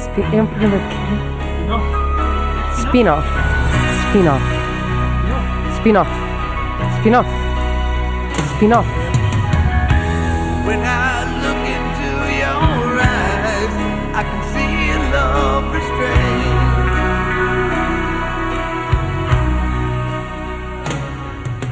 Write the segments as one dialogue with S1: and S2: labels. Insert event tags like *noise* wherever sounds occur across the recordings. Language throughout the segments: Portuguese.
S1: Spin- É um programa de quê? Spin-off. Spin-off. Spin-off. Spin-off. Spin-off.
S2: When I look into your eyes, I can see love restrained.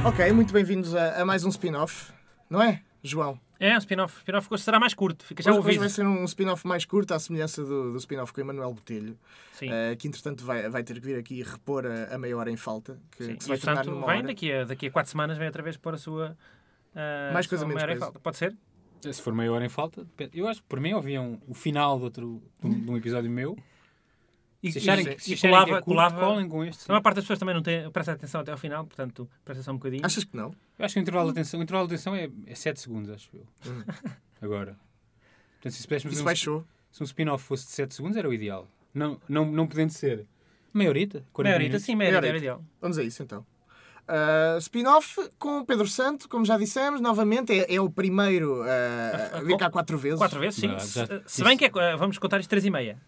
S3: Ok, muito bem-vindos a, a mais um spin-off, não é, João?
S4: É, um spin-off. spin-off ficou- será mais curto, fica já
S3: Hoje, hoje
S4: ouvido.
S3: vai ser um spin-off mais curto, à semelhança do, do spin-off com o Emanuel Botelho,
S4: Sim.
S3: eh, que entretanto vai, vai ter que vir aqui repor a, a meia hora em falta, que,
S4: Sim.
S3: que se
S4: E
S3: vai
S4: o
S3: tornar
S4: Santo
S3: numa
S4: vem
S3: hora.
S4: daqui a, daqui a quatro semanas, vem outra vez pôr a sua. ah,
S3: Mais coisa,
S4: sua
S3: menos
S4: maior em
S3: coisa.
S4: falta. Pode ser?
S5: Se for meia hora em falta, depende. eu acho que por mim ouviam o final de, outro, de, um, de um episódio meu.
S4: E,
S5: Se acharem,
S4: e-
S5: que- se
S4: e
S5: acharem que
S4: colava-
S5: é curto,
S4: colava-
S5: colem com este.
S4: A maior parte das pessoas também não é- tem, presta atenção até ao final, portanto, presta só um bocadinho.
S3: Achas que não?
S5: Eu acho que o intervalo de atenção, o intervalo de atenção é, é 7 segundos, acho eu.
S4: Hum.
S5: Agora. Portanto, se pudéssemos
S3: Isso
S5: fazer um-
S3: baixou.
S5: se um spin-off fosse de 7 segundos, era o ideal. Não, não, não podendo ser. Meia horita? 40
S4: Meia horita,
S5: minutos.
S4: sim, meia horita,
S3: Meia
S4: era
S3: horita.
S4: ideal.
S3: Vamos a isso então. Ah, spin-off com o Pedro Santo, como já dissemos, novamente é, é o primeiro ah, a vir cá quatro vezes.
S4: Quatro vezes, sim.
S5: Não, já-
S4: se, se
S5: isso-
S4: bem que é, ah, vamos contar isto três e meia.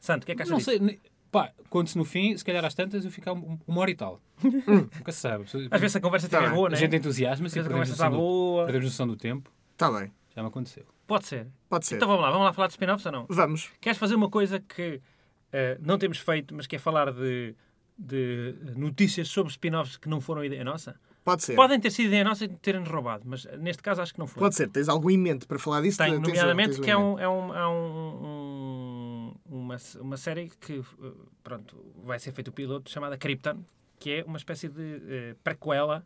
S4: Santo, o que é que achas
S5: Não
S4: disso?
S5: sei. ne- Pá, quando-se no fim, se calhar às tantas, eu ficar um- uma hora e tal. Nunca se sabe.
S4: Hum. Às vezes a conversa
S3: Tá
S4: também é
S3: bem.
S4: boa,
S5: a
S4: não é?
S5: gente entusiasma-se e
S4: Às vezes a
S5: perdemos
S4: conversa
S5: noção,
S4: está
S5: do,
S4: boa.
S5: perdemos noção do tempo.
S3: Está Tá bem,
S5: Já me aconteceu.
S4: Pode ser.
S3: pode ser.
S4: Então vamos lá, vamos lá falar de spin-offs ou não?
S3: Vamos.
S4: Queres fazer uma coisa que eh, não temos feito, mas que é falar de, de notícias sobre spin-offs que não foram ideia nossa?
S3: Pode ser.
S4: Podem ter sido ideia nossa e terem-nos roubado, mas eh, neste caso acho que não foi.
S3: É. Pode ser. Tens algo em mente para falar disso?
S4: Tenho,
S3: Tens- tens-
S4: nomeadamente,
S3: tens
S4: que é,
S3: em mente?
S4: um, é, um, é um- um- uma, uma série que eh, pronto, vai ser feito o piloto chamada Krypton, que é uma espécie de eh, prequela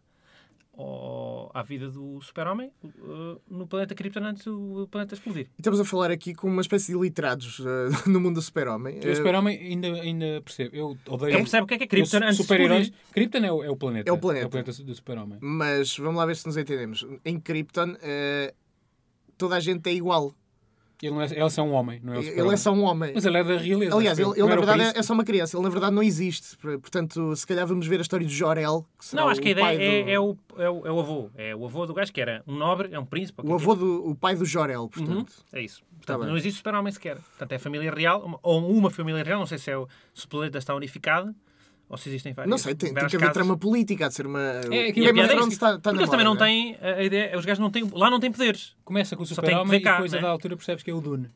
S4: ao- à vida do super-homem eh, no planeta Krypton antes do planeta explodir.
S3: E Estamos a falar aqui com uma espécie de literados eh, *laughs* no mundo do super-homem.
S5: Eu
S3: Eh,
S5: super-homem ainda, ainda percebo. Eu odeio...
S4: Eu percebo o que é que é Krypton
S5: Eu-
S4: antes de
S5: super-heróis.
S4: explodir.
S5: Krypton é o, é o planeta.
S3: É o planeta.
S5: do super-homem.
S3: Mas vamos lá ver se nos entendemos. Em Krypton, eh, toda a gente é igual.
S5: Ele, não é, ele é só um homem, não é o
S3: ele é
S5: super-homem.
S3: só um homem.
S5: Mas ele é da realeza.
S3: Aliás,
S5: acho
S3: ele, ele,
S5: eu. Não
S3: na
S5: era o
S3: verdade
S5: príncipe.
S3: é só uma criança. Ele na verdade não existe. Portanto, se calhar vamos ver a história do Jor-El. que será
S4: Não, acho que a
S3: o pai
S4: ideia é,
S3: do-
S4: é o, é, o, é o avô. É o avô do gajo que era um nobre, é um príncipe. ou
S3: O
S4: o que é
S3: avô do o pai do Jor-El,
S4: que é. Uhum,
S3: portanto.
S4: É isso. Portanto,
S3: Tá bem.
S4: não existe super-homem sequer. Portanto, é a família real, uma- ou uma família real. Não sei se, é o, se o planeta está unificado ou se existem várias.
S3: Não sei, tem, tem
S4: vários
S3: que haver
S4: Uhum. casos.
S3: trama política, há de ser uma. o
S5: É, aqui
S4: E a
S3: Game
S4: piada
S3: of
S4: é
S3: Thrones
S4: isso.
S3: está- está
S4: Porque
S3: na
S4: eles também não
S3: moda, é?
S4: têm. A ideia, os gajos não têm. Lá não têm poderes.
S5: Começa com o
S4: Só tem que
S5: super-homem e
S4: ver cá,
S5: depois a
S4: né?
S5: da altura percebes que é o Dune.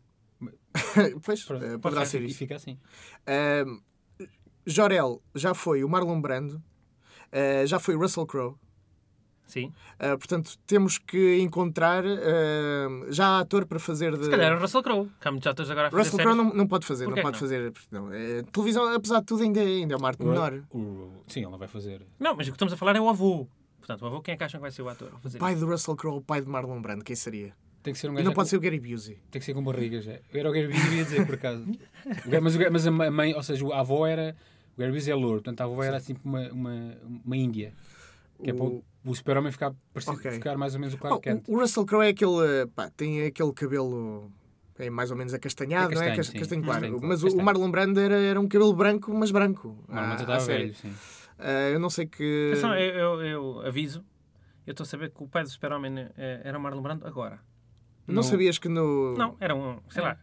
S3: Pois,
S5: Pronto.
S3: eh, poderá
S4: Pode
S3: ser
S5: E
S3: isso.
S5: fica assim.
S3: Ahm, Jor-El já foi o Marlon Brando, eh, já foi o Russell Crowe.
S4: Sim.
S3: Uh, portanto, temos que encontrar uh, já ator para fazer de.
S4: Se calhar é o Russell Crowe. Que há muitos atores agora a fazer
S3: Eh, Russell Crowe
S4: séries.
S3: não, não pode fazer,
S4: Porquê
S3: não
S4: que
S3: pode
S4: não?
S3: fazer. porque Não. É, televisão, apesar de tudo, ainda, ainda é uma arte menor.
S5: O- Sim, ele não vai fazer.
S4: Não, mas o que estamos a falar é o avô. Portanto, o avô, quem é que acham que vai ser o ator? a fazer
S3: Pai do Russell Crowe, pai de Marlon Brando, quem seria?
S5: Tem que ser um
S3: E
S5: gajo.
S3: não
S5: com...
S3: pode ser o Gary Busey.
S5: Tem que ser com barriga já. Era o Gary Busey que ia dizer, por acaso. O Gary- mas, o Gary- mas a ma- mãe, ou seja, a avó era. O Gary Busey é louro, portanto a avó era assim uma, uma, uma índia. Que é para o, o super-homem ficar, parecido,
S3: Ok.
S5: ficar mais ou menos o
S3: Oh,
S5: Clark Kent.
S3: o, o Russell Crowe é aquele. uh, Pá, tem aquele cabelo. É mais ou menos acastanhado,
S5: É
S3: não é?
S5: castanho,
S3: Cas-
S5: sim.
S3: Castanho claro.
S5: Castanho claro,
S3: Mas o- o
S5: castanho.
S3: Marlon Brando era, era um cabelo branco, mas branco.
S5: Não, mas
S3: Ah,
S5: eu
S3: à
S5: estava
S3: série.
S5: velho, sim.
S3: Ah, eu não sei que.
S4: Atenção, é- eu, eu- eu aviso. Eu estou a saber que o pai do super-homem eh, era o Marlon Brando agora.
S3: não,
S5: não-
S3: sabias que no.
S4: Não, era um, sei lá,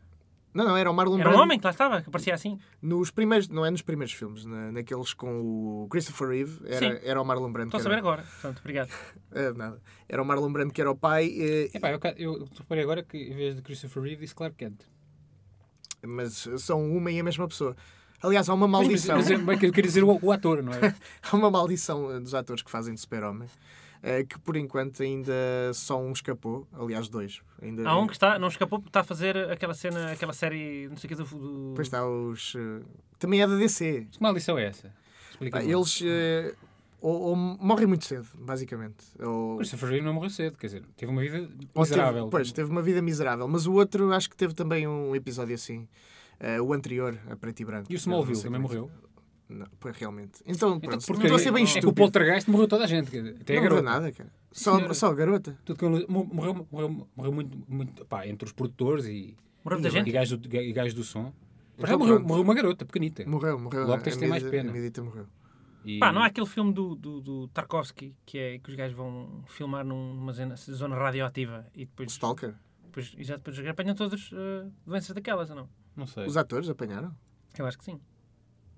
S3: não, não, era o Marlon
S4: era um
S3: Brando.
S4: homem que lá estava, que parecia assim.
S3: Nos primeiros, não é nos primeiros filmes, na- naqueles com o Christopher Reeve, era,
S4: Sim.
S3: era o Marlon Brando.
S4: Estou a
S3: que
S4: saber
S3: era,
S4: agora. Portanto, obrigado.
S3: Ah, nada. Era o Marlon Brando que era o pai, eh,
S5: Epá, eu, ca- eu reparei agora que em vez de Christopher Reeve disse Clark Kent.
S3: mas são uma e a mesma pessoa. Aliás, há uma
S5: Mas,
S3: maldição.
S5: mas eu- bem que eu queria dizer o, o ator, não é?
S3: *laughs* Há uma maldição eh, dos atores que fazem de super-homem, eh, que por enquanto ainda só um escapou. Aliás, dois. Ainda,
S4: Há um que está, não escapou porque está a fazer aquela cena, aquela série, não sei o que do. do...
S3: Depois está os. eh, Também é da DC.
S5: Mas que maldição é essa? Explica
S3: Pá, Eles eh, ou, ou morrem muito cedo, basicamente. Ou,
S5: Christopher Reeve não morreu cedo, quer dizer, teve uma vida
S3: Ou teve-
S5: miserável.
S3: pois, teve uma vida miserável. Mas o outro acho que teve também um episódio assim. eh, o anterior, a preto e branco.
S5: E o
S3: Eu não
S5: Smallville
S3: sei
S5: também
S3: como é que-
S5: morreu.
S3: Não, pois, realmente. Então,
S5: Então,
S3: pronto.
S5: porque
S3: estou a ser bem
S5: é que o
S3: estúpido.
S5: Poltergeist morreu toda a gente, quer dizer, até a
S3: não
S5: garota.
S3: morreu nada, cara. Só,
S5: senhora.
S3: só a garota.
S5: Tudo que ele- mo- morreu, morreu, morreu muito, muito pá, entre os produtores e,
S4: Morreu muita
S5: e,
S4: gente?
S5: e gajos do, e gajos do som. Por
S3: Então,
S5: exemplo, morreu,
S3: pronto.
S5: morreu uma garota pequenita.
S3: Morreu, morreu.
S5: Logo tens de ter mais
S3: Medita-
S5: pena.
S3: A Medita morreu.
S5: E-
S4: Pá, não há aquele filme do, do, do Tarkovsky que é que os gajos vão filmar num- numa zona, zona radioativa e
S3: O
S4: depois.
S3: Stalker.
S4: depois, e já depois apanham todos eh, doenças daquelas, ou não?
S5: Não sei.
S3: Os atores apanharam?
S4: Eu acho que sim.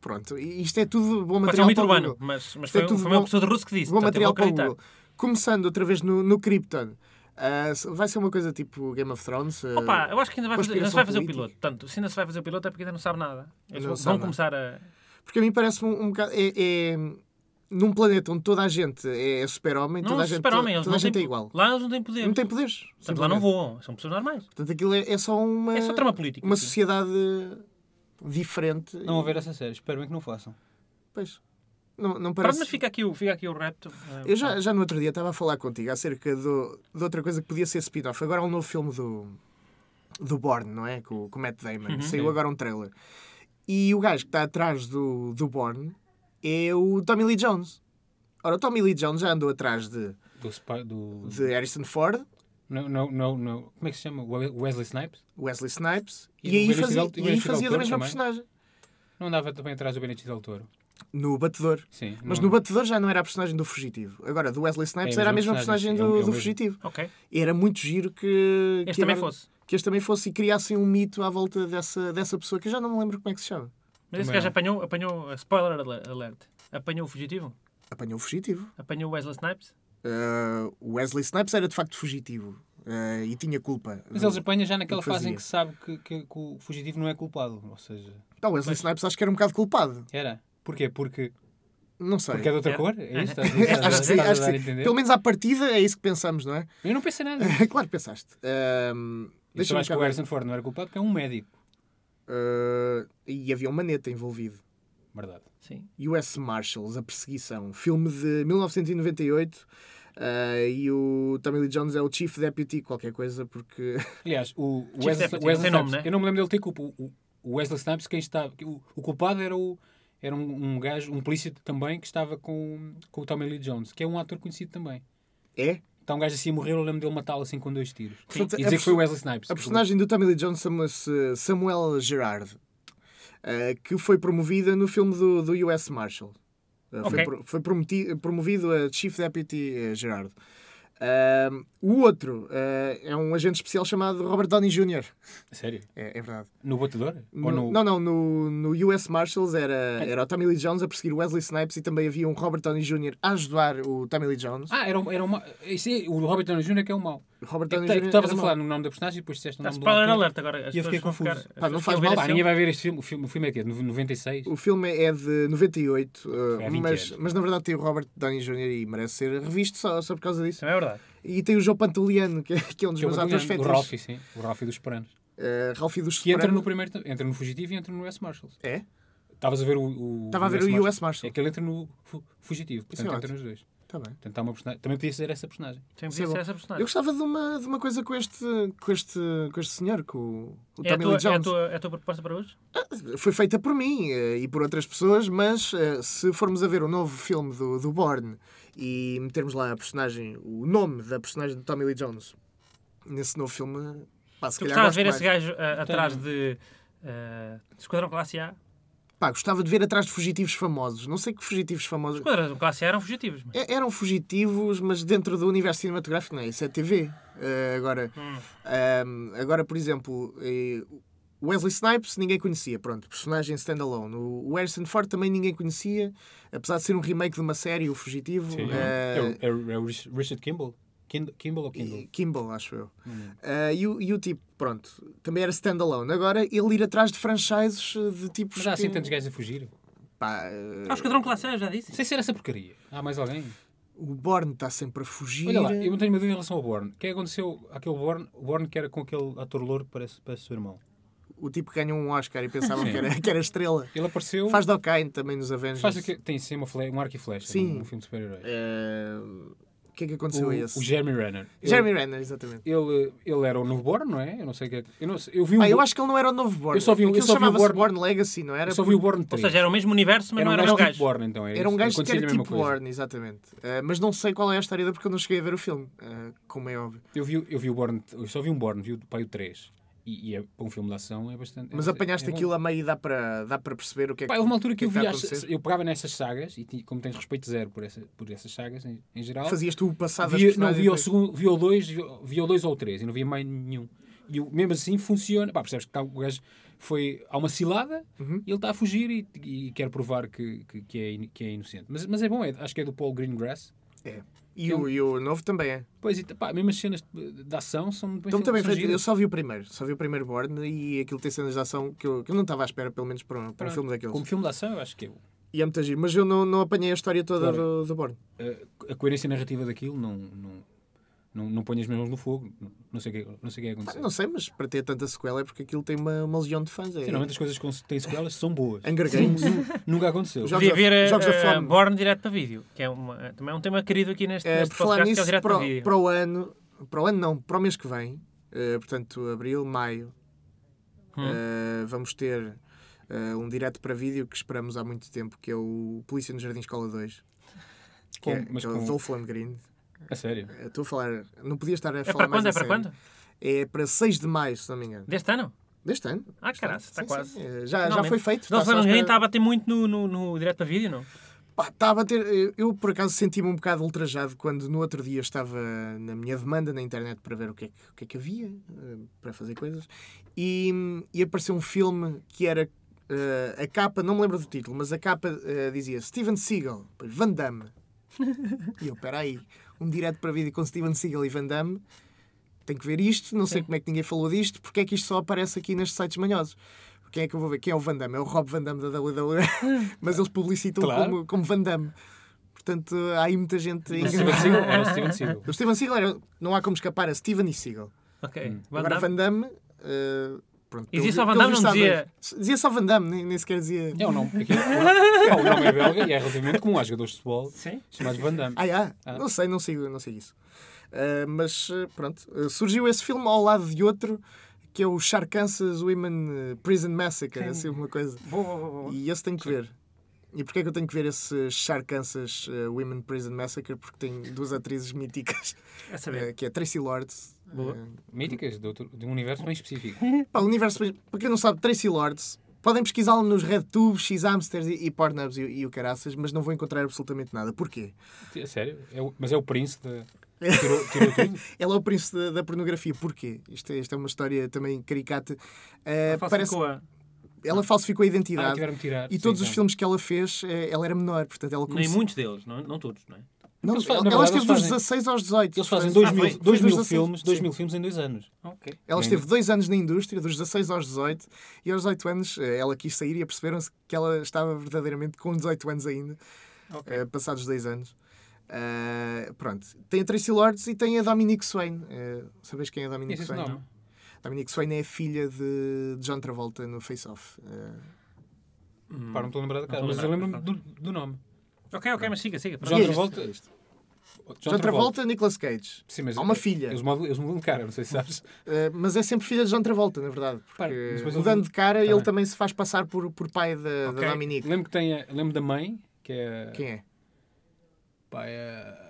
S3: Pronto, e isto é tudo bom
S4: Pode ser um
S3: material
S4: mito
S3: para o
S4: urbano,
S3: Google.
S4: mas, mas
S3: Isto é
S4: foi,
S3: tudo
S4: foi uma
S3: bom-
S4: pessoa de russo que disse.
S3: Bom
S4: portanto,
S3: material
S4: eu vou
S3: para o
S4: acreditar.
S3: Google. Começando outra vez no, no Krypton. Ah, se- vai ser uma coisa tipo Game of Thrones? ah,
S4: Opa, eu acho que ainda, vai fazer, ainda
S3: conspiração
S4: se vai fazer o
S3: política.
S4: piloto. Portanto, se ainda se vai fazer o piloto é porque ainda não sabe nada. Eles
S3: Não
S4: vão,
S3: sabe
S4: vão
S3: nada.
S4: começar a.
S3: Porque a mim parece um, um bocado. É, é- num planeta onde toda a gente é super-homem,
S4: Não
S3: toda a
S4: os
S3: gente,
S4: super-homem, eles
S3: toda a
S4: não
S3: gente
S4: têm.
S3: é igual.
S4: Lá eles não têm poder.
S3: Não tem poderes.
S4: Portanto, lá não
S3: simplesmente.
S4: voam, são pessoas normais.
S3: Portanto, aquilo é, é só uma.
S4: É só trama política.
S3: Uma
S4: sim.
S3: sociedade diferente.
S5: Não vou ver essa série. Espero bem que não façam.
S3: Pois. Não, não
S4: Pronto,
S3: parece.
S4: mas fica aqui o, fica aqui o repto.
S5: Então,
S4: eh,
S3: Eu já, já no outro dia estava a falar contigo acerca do, de outra coisa que podia ser spin-off. Agora há um novo filme do, do Bourne, não é? Com, com o Matt Damon.
S5: Uhum.
S3: Saiu agora um trailer. E o gajo que está atrás do, do Bourne é o Tommy Lee Jones. Ora, o Tommy Lee Jones já andou atrás de,
S5: Do, Spy- do...
S3: de Harrison Ford,
S5: Não, não, não, não. Como é que se chama? We- Wesley Snipes?
S3: Wesley Snipes,
S5: E
S3: e,
S5: do
S3: aí
S5: Benicio
S3: fazia,
S5: del- e
S3: e aí
S5: Benicio del
S3: fazia da
S5: Toro
S3: mesma
S5: também.
S3: personagem.
S5: Não andava também atrás do Benedito del Toro.
S3: No Batedor.
S5: Sim.
S3: Mas
S5: não-
S3: no Batedor já não era a personagem do Fugitivo. Agora, do Wesley Snipes
S5: Hum. É a
S3: era a
S5: mesma
S3: mesma
S5: personagem,
S3: personagem
S5: sim, é
S3: do,
S5: o- é o
S3: do
S5: mesmo.
S3: Fugitivo.
S4: Ok.
S3: Era muito giro que.
S4: Este
S3: que
S4: também
S3: agora-
S4: fosse.
S3: que este também fosse e criassem um mito à volta dessa, dessa pessoa que eu já não me lembro como é que se chama.
S4: Mas esse
S5: Também
S4: gajo
S5: não.
S4: apanhou, apanhou. Spoiler aler- alert. Apanhou o fugitivo?
S3: Apanhou o fugitivo.
S4: Apanhou o Wesley Snipes?
S3: Ah, O Wesley Snipes era de facto fugitivo ah, e tinha culpa.
S5: Mas eles apanham já naquela
S3: O que fazia.
S5: fase em que se sabe que, que- que o fugitivo não é culpado. Ou seja,
S3: Não, o Wesley Snipes acho que era um bocado culpado.
S5: era. Porquê? Porque,
S3: não sei.
S5: porque é de outra
S4: É.
S5: cor?
S3: *laughs*
S5: É isso? Estás-
S3: acho que sim,
S5: estás a
S3: acho que
S5: dar a
S3: sim.
S5: entender?
S3: Pelo menos à partida é isso que pensamos, não é? *laughs*
S5: Eu não pensei nada.
S3: claro que pensaste. Ahm,
S5: Eu só
S3: Deixa-me
S5: acho que o
S3: cá ver.
S5: Harrison Ford não era culpado porque é um médico.
S3: Ah, e havia um maneta envolvido.
S5: Verdade.
S4: Sim.
S3: US Marshals, A Perseguição, filme de 1998. ah, e o Tommy Lee Jones é o Chief Deputy, qualquer coisa, porque *laughs*
S5: Aliás, o
S4: Chief
S5: Wesley,
S3: é
S4: Deputy,
S5: Wesley
S4: tem nome,
S5: Snipes,
S4: né?
S5: eu não me lembro dele ter culpa. O, o Wesley Snipes, quem estava, o, o culpado era, o, era um, um gajo, um polícia também, que estava com, com o Tommy Lee Jones, que é um ator conhecido também.
S3: é
S5: Então um gajo assim morreu, eu lembro dele matá-lo assim com dois tiros.
S3: Portanto,
S5: E
S3: a
S5: dizer que
S3: perso-
S5: foi o Wesley Snipes.
S3: A personagem do Tommy Lee Jones chama-se Samuel Gerard, eh, que foi promovida no filme do, do US Marshal. Eh,
S4: Ok.
S3: Foi, pro- foi prometi- promovido a Chief Deputy eh, Gerard. Ah, o outro eh, é um agente especial chamado Robert Downey Jr.
S5: Sério?
S3: É, é verdade.
S5: No batedor?
S3: No-
S5: Ou no... É.
S3: Não, não, no, no US Marshals era, era o Tommy Lee Jones a perseguir Wesley Snipes e também havia um Robert Downey Jr. a ajudar o Tommy Lee Jones.
S5: Ah, era, um- era uma... Isso é, o Robert Downey Jr. que é o mau.
S3: Robert
S5: É que
S3: Downey
S5: tá-
S3: Jr.
S5: que tu estavas
S3: era
S5: a
S3: mau.
S5: falar no nome da personagem e depois disseste o
S4: Está
S5: nome
S4: Tá, spoiler
S5: do ator.
S4: alert agora. As
S5: E eu fiquei
S4: pessoas vão
S5: confuso.
S4: ficar- as
S3: Pá, não
S4: pessoas assim,
S3: faz
S4: que vão ver
S3: mal,
S5: Pá,
S4: esse
S5: ninguém
S4: filme-
S5: vai ver este filme. O filme, o filme é quê? No- 96?
S3: O filme é de 98, uh,
S5: Foi há 20
S3: mas,
S5: É anos.
S3: mas na verdade tem o Robert Downey Jr. e merece ser revisto só, só por causa disso.
S4: Também é verdade.
S3: E tem o Joe Pantoliano, que é, que é um dos
S5: Que é o
S3: meus
S5: Batman,
S3: atores
S5: O
S3: fetiches.
S5: Ralphie, sim. O Ralphie dos Esperanos.
S3: Uh, Ralphie dos
S5: Que entra
S3: Sopranos.
S5: no primeiro... ta- Entra no Fugitivo e entra no S. Marshals.
S3: É?
S5: Estavas a ver o... o-
S3: Estava a ver o US
S5: É
S3: Marshall.
S5: que ele entra no fu- Fugitivo.
S3: Isso
S5: Portanto,
S3: é
S5: entra
S3: ótimo.
S5: nos dois.
S3: Tá bem.
S5: Portanto, há uma personagem... Também podia ser essa personagem.
S4: Tem
S3: Isso é
S4: podia ser
S3: bom.
S4: essa
S3: Eu
S4: personagem.
S3: gostava de uma, de uma coisa com este, com este, com este senhor, com o, o
S4: É a,
S3: Tommy
S4: tua,
S3: Lee
S4: é, a
S3: Jones.
S4: tua, é a tua proposta para hoje?
S3: Foi feita por mim eh, e por outras pessoas, mas eh, se formos a ver o novo filme do, do Bourne e metermos lá a personagem, o nome da personagem do Tommy Lee Jones nesse novo filme, pá, se
S4: Tu
S3: calhar
S4: gostavas
S3: gosto
S4: de ver
S3: mais.
S4: esse gajo ah, atrás de ah, Esquadrão Classe A?
S3: Pá, gostava de ver atrás de fugitivos famosos. Não sei que fugitivos famosos.
S4: Esquadrão Classe A eram fugitivos, mas
S3: É- Eram fugitivos, mas dentro do universo cinematográfico, não é? Isso é TV. Eh, agora, ehm, agora, por exemplo, eh, Wesley Snipes ninguém conhecia, pronto, personagem standalone. O o Harrison Ford também ninguém conhecia, apesar de ser um remake de uma série, O Fugitivo. eh,
S5: É, o- é o- é o Rich- Richard Kimball? Kind- Kimball Hum. ou Kindle?
S3: e- Kimball, acho eu. Eh, e, o, e o tipo, pronto, também era standalone. Agora ele ir atrás de franchises eh, de tipos.
S5: Mas há assim
S3: que-
S5: tantos gajos a fugir.
S3: Pá, eh,
S4: Ah, o Esquadrão Classe A, eu já disse.
S5: Sem ser essa porcaria. Há mais alguém?
S3: o Bourne está sempre a fugir.
S5: Olha lá, eu não tenho uma dúvida em relação ao Born. O que é que aconteceu àquele Born? O Born que era com aquele ator louro que parece, parece o seu irmão.
S3: o tipo que ganhou um Oscar e pensava
S5: Sim. Um
S3: que era, que era estrela.
S5: Ele apareceu.
S3: Faz
S5: Faz,
S3: Dokkain também nos Avengers.
S5: aquele- tem sim uma fle- um arco e flecha.
S3: Sim.
S5: Um, filme de super-herói.
S3: Eh, O que é que aconteceu
S5: o,
S3: a esse?
S5: o Jeremy Renner.
S3: Jeremy Renner, exatamente.
S5: Ele, ele, ele era o novo Born, não é? Eu não sei o que é. que- Eu, não sei- eu vi um
S3: Ah, eu
S5: Bourne-
S3: acho que ele não era o novo Born.
S5: Eu só vi um- eu só vi o
S3: chamava-se
S5: Bourne-
S3: Born Legacy, não era?
S5: eu só vi o Born 3.
S4: Ou seja, era o mesmo universo, mas
S5: era
S4: não
S5: um
S4: era o mesmo
S5: gajo tipo
S4: gajo.
S5: Born, então. Era,
S3: Era um
S5: isso.
S3: gajo que
S5: Acontecia-lhe
S3: era
S5: a mesma
S3: tipo
S5: coisa.
S3: Born, exatamente. Eh, mas não sei qual é a história dele porque eu não cheguei a ver o filme, eh, como é óbvio.
S5: Eu, vi, eu, vi o Born, eu só vi um Born, vi o pai o 3. E, e é, para um filme de ação é bastante. é
S3: Mas
S5: bastante-
S3: apanhaste
S5: é bom.
S3: aquilo a meio e dá para dá para perceber o que é que
S5: Pá, houve uma altura
S3: o
S5: que, eu
S3: está
S5: via.
S3: a
S5: as-
S3: acontecer.
S5: eu pegava nessas sagas, e ti- como tens respeito zero por, essa, por essas sagas em, em geral.
S3: Fazias tu o passado das
S5: Via, não,
S3: personagens
S5: via o
S3: e depois-
S5: segundo, via o dois, via- via o dois ou o três, e não via mais nenhum. E o- mesmo assim funciona. Pá, percebes que tá, o gajo foi. Há uma cilada
S3: Uhum.
S5: e ele está a fugir e, e quer provar que, que, que é, in- que é inocente. Mas, mas é bom, é- acho que é do Paul Greengrass.
S3: É. E, o, e o novo também é.
S5: Pois, e pá, mesmo as cenas de de ação são muito bem
S3: Então também
S5: são
S3: foi, eu
S5: giras.
S3: só vi o primeiro, só vi o primeiro Born e aquilo tem cenas de ação que eu, que eu não estava à espera, pelo menos para um, para um filme daqueles.
S5: Como filme de ação, eu acho que é.
S3: E é muito giro, mas eu não, não apanhei a história toda
S5: Claro.
S3: do, do Born.
S5: a, a coerência narrativa daquilo não, não, não, não põe as mãos no fogo. Não, não sei o que, não sei o que é que aconteceu.
S3: Não sei, mas para ter tanta sequela é porque aquilo tem uma, uma legião de fãs. É.
S5: Geralmente as coisas que têm sequelas são boas.
S3: Hunger Games.
S5: Nu- Nunca aconteceu.
S3: Já- Jogos da-
S4: Podia ver eh,
S3: jogos da
S4: eh,
S3: fome.
S4: Born direto para vídeo, que é uma- também é um tema querido aqui neste,
S3: Eh,
S4: neste
S3: por falar
S4: podcast, que é o
S3: nisso,
S4: direto
S3: para,
S4: para
S3: o-
S4: vídeo.
S3: para o ano, para o ano não, para o mês que vem, eh, portanto, abril, maio,
S5: Hum.
S3: eh, vamos ter eh, um direto para vídeo que esperamos há muito tempo, que é o Polícia no Jardim Escola 2. Que
S5: Com-
S3: é,
S5: mas
S3: que é o
S5: com-
S3: Dolph Lundgren.
S5: A sério.
S3: Eu Estou a falar, não podia estar a
S4: É
S3: falar
S4: para
S3: mais
S4: quando? É
S3: a
S4: para
S3: sério.
S4: quando?
S3: É para 6 de maio, se não me engano.
S4: Deste ano?
S3: Deste ano.
S4: Ah,
S3: Deste ano.
S4: caraca, está
S3: Sim,
S4: quase.
S3: sim. Eh, Já, já
S4: Finalmente. um
S3: foi feito.
S4: Dolph
S3: está só à
S4: Lundgren
S3: espera-
S4: está a bater muito no, no, no direto para vídeo, não?
S3: Pá, tá a bater. eu- Eu por acaso senti-me um bocado ultrajado quando no outro dia estava na minha demanda na internet para ver o que é que, o que, é que havia eh, para fazer coisas e, e apareceu um filme que era eh, a capa, não me lembro do título, mas a capa eh, dizia Steven Seagal, depois Van Damme. E eu, peraí, um direto para vídeo com Steven Seagal e Van Damme. Tenho que ver isto, não sei como é que ninguém falou disto, porque é que isto só aparece aqui nestes sites manhosos. Quem é que eu vou ver? Quem é o Van Damme? É o Rob Van Damme da WWE,
S4: *laughs*
S3: mas eles publicitam
S5: Claro.
S3: como, como Van Damme. Portanto, há aí muita gente
S5: Era É Steven
S3: enganada.
S5: Seagal. Era Steven Seagal.
S3: O Steven Seagal, era- não há como escapar a Steven e Seagal.
S4: Ok. Van
S3: Hum. Agora
S4: Damme.
S3: Van Damme... eh, pronto,
S4: E dizia
S3: pelo-
S4: só Van
S3: pelo
S4: Damme,
S3: visto
S4: não
S3: há dois.
S4: dizia-
S3: Dizia só Van Damme, nem, nem sequer dizia...
S5: É o nome. Aquilo, o, pá, o nome é belga e é relativamente comum. Há jogadores de futebol
S4: Sim.
S5: chamados Van Damme.
S3: Ah, é? Não sei, não sei, não sei isso. Ah, mas ah, pronto, ah, surgiu esse filme ao lado de outro que é o Sharkansas Women ah, Prison Massacre, assim uma coisa.
S4: Boa, boa, boa, boa.
S3: E esse tenho que ver. E porquê é que eu tenho que ver esse Sharkansas ah, Women Prison Massacre? Porque tem duas atrizes míticas,
S4: A
S3: ah,
S4: *laughs* saber.
S3: que é Tracy Lords.
S4: Boa.
S5: Míticas de, outro, de um universo bem específico.
S3: Pá, o universo, para quem não sabe, Tracy Lords, podem pesquisá-lo nos RedTube, X-Amsters e, e Pornhubs e, e o caraças, mas não vou encontrar absolutamente nada. Porquê?
S5: É sério. É o- mas é o príncipe da. Tirou, tirou tudo.
S3: Ela é o príncipe da, da pornografia. Porquê? Isto é, isto é uma história também caricata. Uh, parece-
S4: Falsificou a-
S3: ela falsificou a
S5: Ah,
S3: identidade.
S5: tiveram que tirar.
S3: e
S5: Sim,
S3: todos os
S5: então.
S3: filmes que ela fez, eh, ela era menor. Portanto, ela
S4: Nem
S3: começou...
S4: muitos deles, não, não todos, não é?
S3: Não,
S5: Eles fa-
S3: ela,
S5: na
S3: ela
S5: verdade,
S3: esteve
S5: eles
S3: dos
S5: fazem-
S3: 16 aos 18.
S5: Eles
S3: Portanto,
S5: fazem dois
S3: ah,
S5: mil,
S3: foi-
S5: dois
S3: foi dos
S5: mil
S3: 16,
S5: filmes, dois
S3: sim.
S5: mil filmes em dois anos.
S4: Ok.
S3: Ela
S5: Nem-
S3: esteve dois anos na indústria, dos 16 aos 18, e aos 18 anos eh, ela quis sair e aperceberam-se que ela estava verdadeiramente com 18 anos ainda,
S4: Ok.
S3: eh, passados dois anos. Ah, pronto. Tem a Tracy Lords e tem a Dominique Swain. Eh, sabes quem é a Dominique
S5: Esse
S3: Swain?
S5: nome.
S3: Dominique Swain é a filha de John Travolta no Face Off. Eh,
S5: Pá, não estou a lembrar da cara,
S4: Hum. Não
S5: mas
S4: estou
S5: eu
S4: a
S5: lembro-me
S4: lembrar.
S5: do, do nome.
S4: Ok, ok, mas siga, siga.
S5: John
S3: é
S4: Pronto.
S3: isto,
S5: Travolta.
S3: é isto.
S5: John Travolta.
S3: Nicolas Cage.
S5: Sim, mas
S3: Há uma
S5: é-
S3: filha.
S5: Eles mudam, eles mudam de cara, não sei se sabes.
S3: Eh, mas é sempre filha de John Travolta, na verdade. Porque,
S5: Repara, mas depois
S3: mudando
S5: ele-
S3: de cara,
S5: Tá
S3: ele
S5: bem.
S3: também se faz passar por, por pai da,
S4: Ok.
S3: da Dominique.
S5: Lembro, que tem a- lembro da mãe, que é.
S3: Quem é?
S5: Pá, é...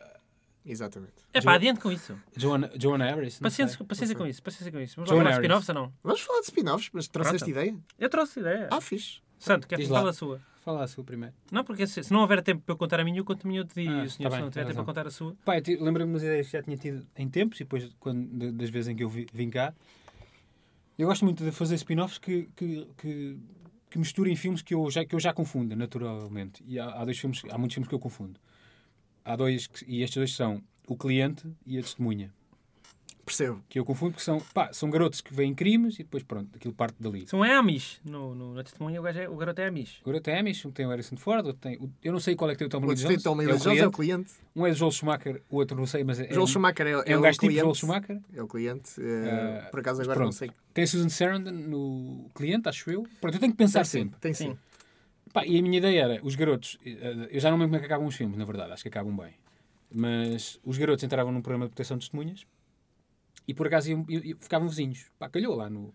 S3: Exatamente.
S4: É pá, adiante com isso.
S5: Joanna, Joanna Harris. não sei.
S4: Paciência, paciência com isso, paciência com isso. Vamos
S5: John
S4: lá falar de
S5: Harris.
S4: spin-offs ou não?
S3: Vamos falar de spin-offs, mas trouxeste ideia?
S4: Eu trouxe ideia.
S3: Ah, fixe.
S4: Santo, quer
S5: Diz
S4: falar
S5: lá.
S4: da sua?
S5: Fala a sua primeiro.
S4: Não, porque se, se não houver tempo para eu contar a minha, eu conto a minha outro dia.
S5: Ah,
S4: e o senhor,
S5: tá
S4: se
S5: bem,
S4: não tiver tempo
S5: tem
S4: para
S5: razão.
S4: contar a sua.
S5: Pá, eu ti- lembro-me das ideias que já tinha tido em tempos e depois quando, de- das vezes em que eu vi- vim cá. Eu gosto muito de fazer spin-offs que, que, que, que misturem filmes que eu, já, que eu já confundo, naturalmente. E há, há dois filmes, há muitos filmes que eu confundo. Há dois, que- e estes dois são O Cliente e A Testemunha.
S3: Percebo.
S5: Que eu confundo porque são, pá, são garotos que veem crimes e depois pronto, aquilo parte dali.
S4: Se um é Amish, no, no- na testemunha, o, gajo é- o garoto é Amish.
S5: Agora tem Amish, um tem o Harrison Ford, outro tem... o- eu não sei qual é que tem o Tom
S3: O
S5: Lee Jones.
S3: Distrito Tom
S5: é o
S3: Jones é o
S5: cliente.
S3: cliente.
S5: Um é do Joel Schumacher, o outro não sei, mas é,
S3: Joel
S5: um,
S3: Schumacher é, é,
S5: é um
S3: o
S5: gajo tipo
S3: cliente.
S5: Joel Schumacher.
S3: É o cliente. Eh,
S5: Eh,
S3: por acaso
S5: mas
S3: agora não
S5: pronto.
S3: sei.
S5: Tem a Susan Sarandon no cliente, acho eu. Pronto, eu tenho que pensar sempre.
S3: Tem É sim.
S5: Pá, e a minha ideia era, os garotos, eh, eu já não lembro como é que acabam os filmes, na verdade, acho que acabam bem. Mas os garotos entravam num programa de proteção de testemunhas e por acaso iam- iam- iam- ficavam vizinhos. Pá, calhou lá no,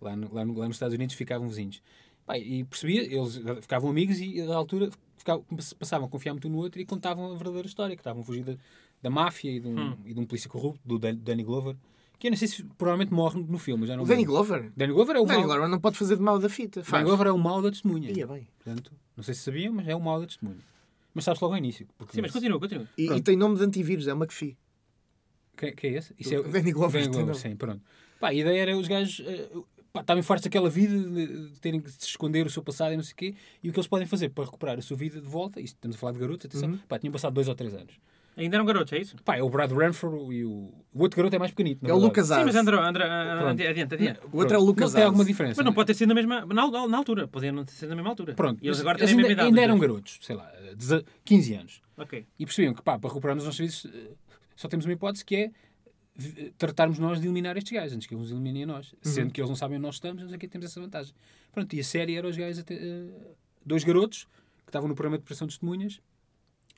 S5: lá, no, lá, no- lá nos Estados Unidos ficavam vizinhos. Pá, e percebia, eles eh, ficavam amigos e da altura ficavam, passavam a confiar muito um no outro e contavam a verdadeira história, que estavam a fugir da, da máfia e de, um, e de um polícia corrupto, do Dan- Danny Glover, que eu não sei se provavelmente morre no filme, já não
S3: O
S5: me
S3: Danny
S5: lembro.
S3: Glover?
S5: Danny Glover é o
S3: O Danny
S5: mau-
S3: Glover não pode fazer de mal da fita.
S5: Van
S3: Faz.
S5: Glover é o mau da testemunha.
S3: Ia bem.
S5: Portanto, não sei se sabiam, mas é o mau da testemunha. Mas sabes logo ao início. porque
S4: Sim, mas continua, continua.
S3: E, e
S5: Pronto.
S3: tem nome de antivírus, é o McPhee.
S5: Quem, quem é esse? Isso é
S3: O Danny Glover,
S5: Danny
S3: tem
S5: Glover,
S3: nome.
S5: sim, pronto. Pá, a ideia era os gajos. eh, pá, Estavam fortes daquela vida de de terem que se esconder o seu passado e não sei o quê, e o que eles podem fazer para recuperar a sua vida de volta, isto estamos a falar de garotos,
S3: Uhum.
S5: atenção, pá, tinham passado dois ou três anos.
S4: Ainda eram garotos, é isso?
S5: Pá, é o Brad Renfro e o. O outro garoto é mais pequenito,
S3: É o Lucas
S4: Sim,
S3: Arce.
S4: mas Andra, Andra, adi- adiante, adiante.
S3: O outro é o Lucas
S5: Mas tem alguma
S3: Arce.
S5: diferença.
S4: Mas não
S5: né?
S4: pode ter sido na mesma. Na, na- na altura, podiam não ter sido na mesma altura.
S5: Pronto,
S4: E eles
S5: mas
S4: agora têm a
S5: ainda,
S4: mesma idade. né?
S5: ainda
S4: os
S5: eram
S4: dois.
S5: garotos, sei lá, eh, deze- 15 anos.
S4: Ok.
S5: E percebiam que, pá, para recuperarmos os nossos serviços, eh, só temos uma hipótese que é vi- tratarmos nós de eliminar estes gajos, antes que eles nos eliminem a nós.
S3: Uhum.
S5: Sendo que eles não sabem onde nós estamos, nós aqui temos essa vantagem. Pronto, e a série era os gajos, a te- eh, dois garotos, que estavam no programa de preparação de testemunhas,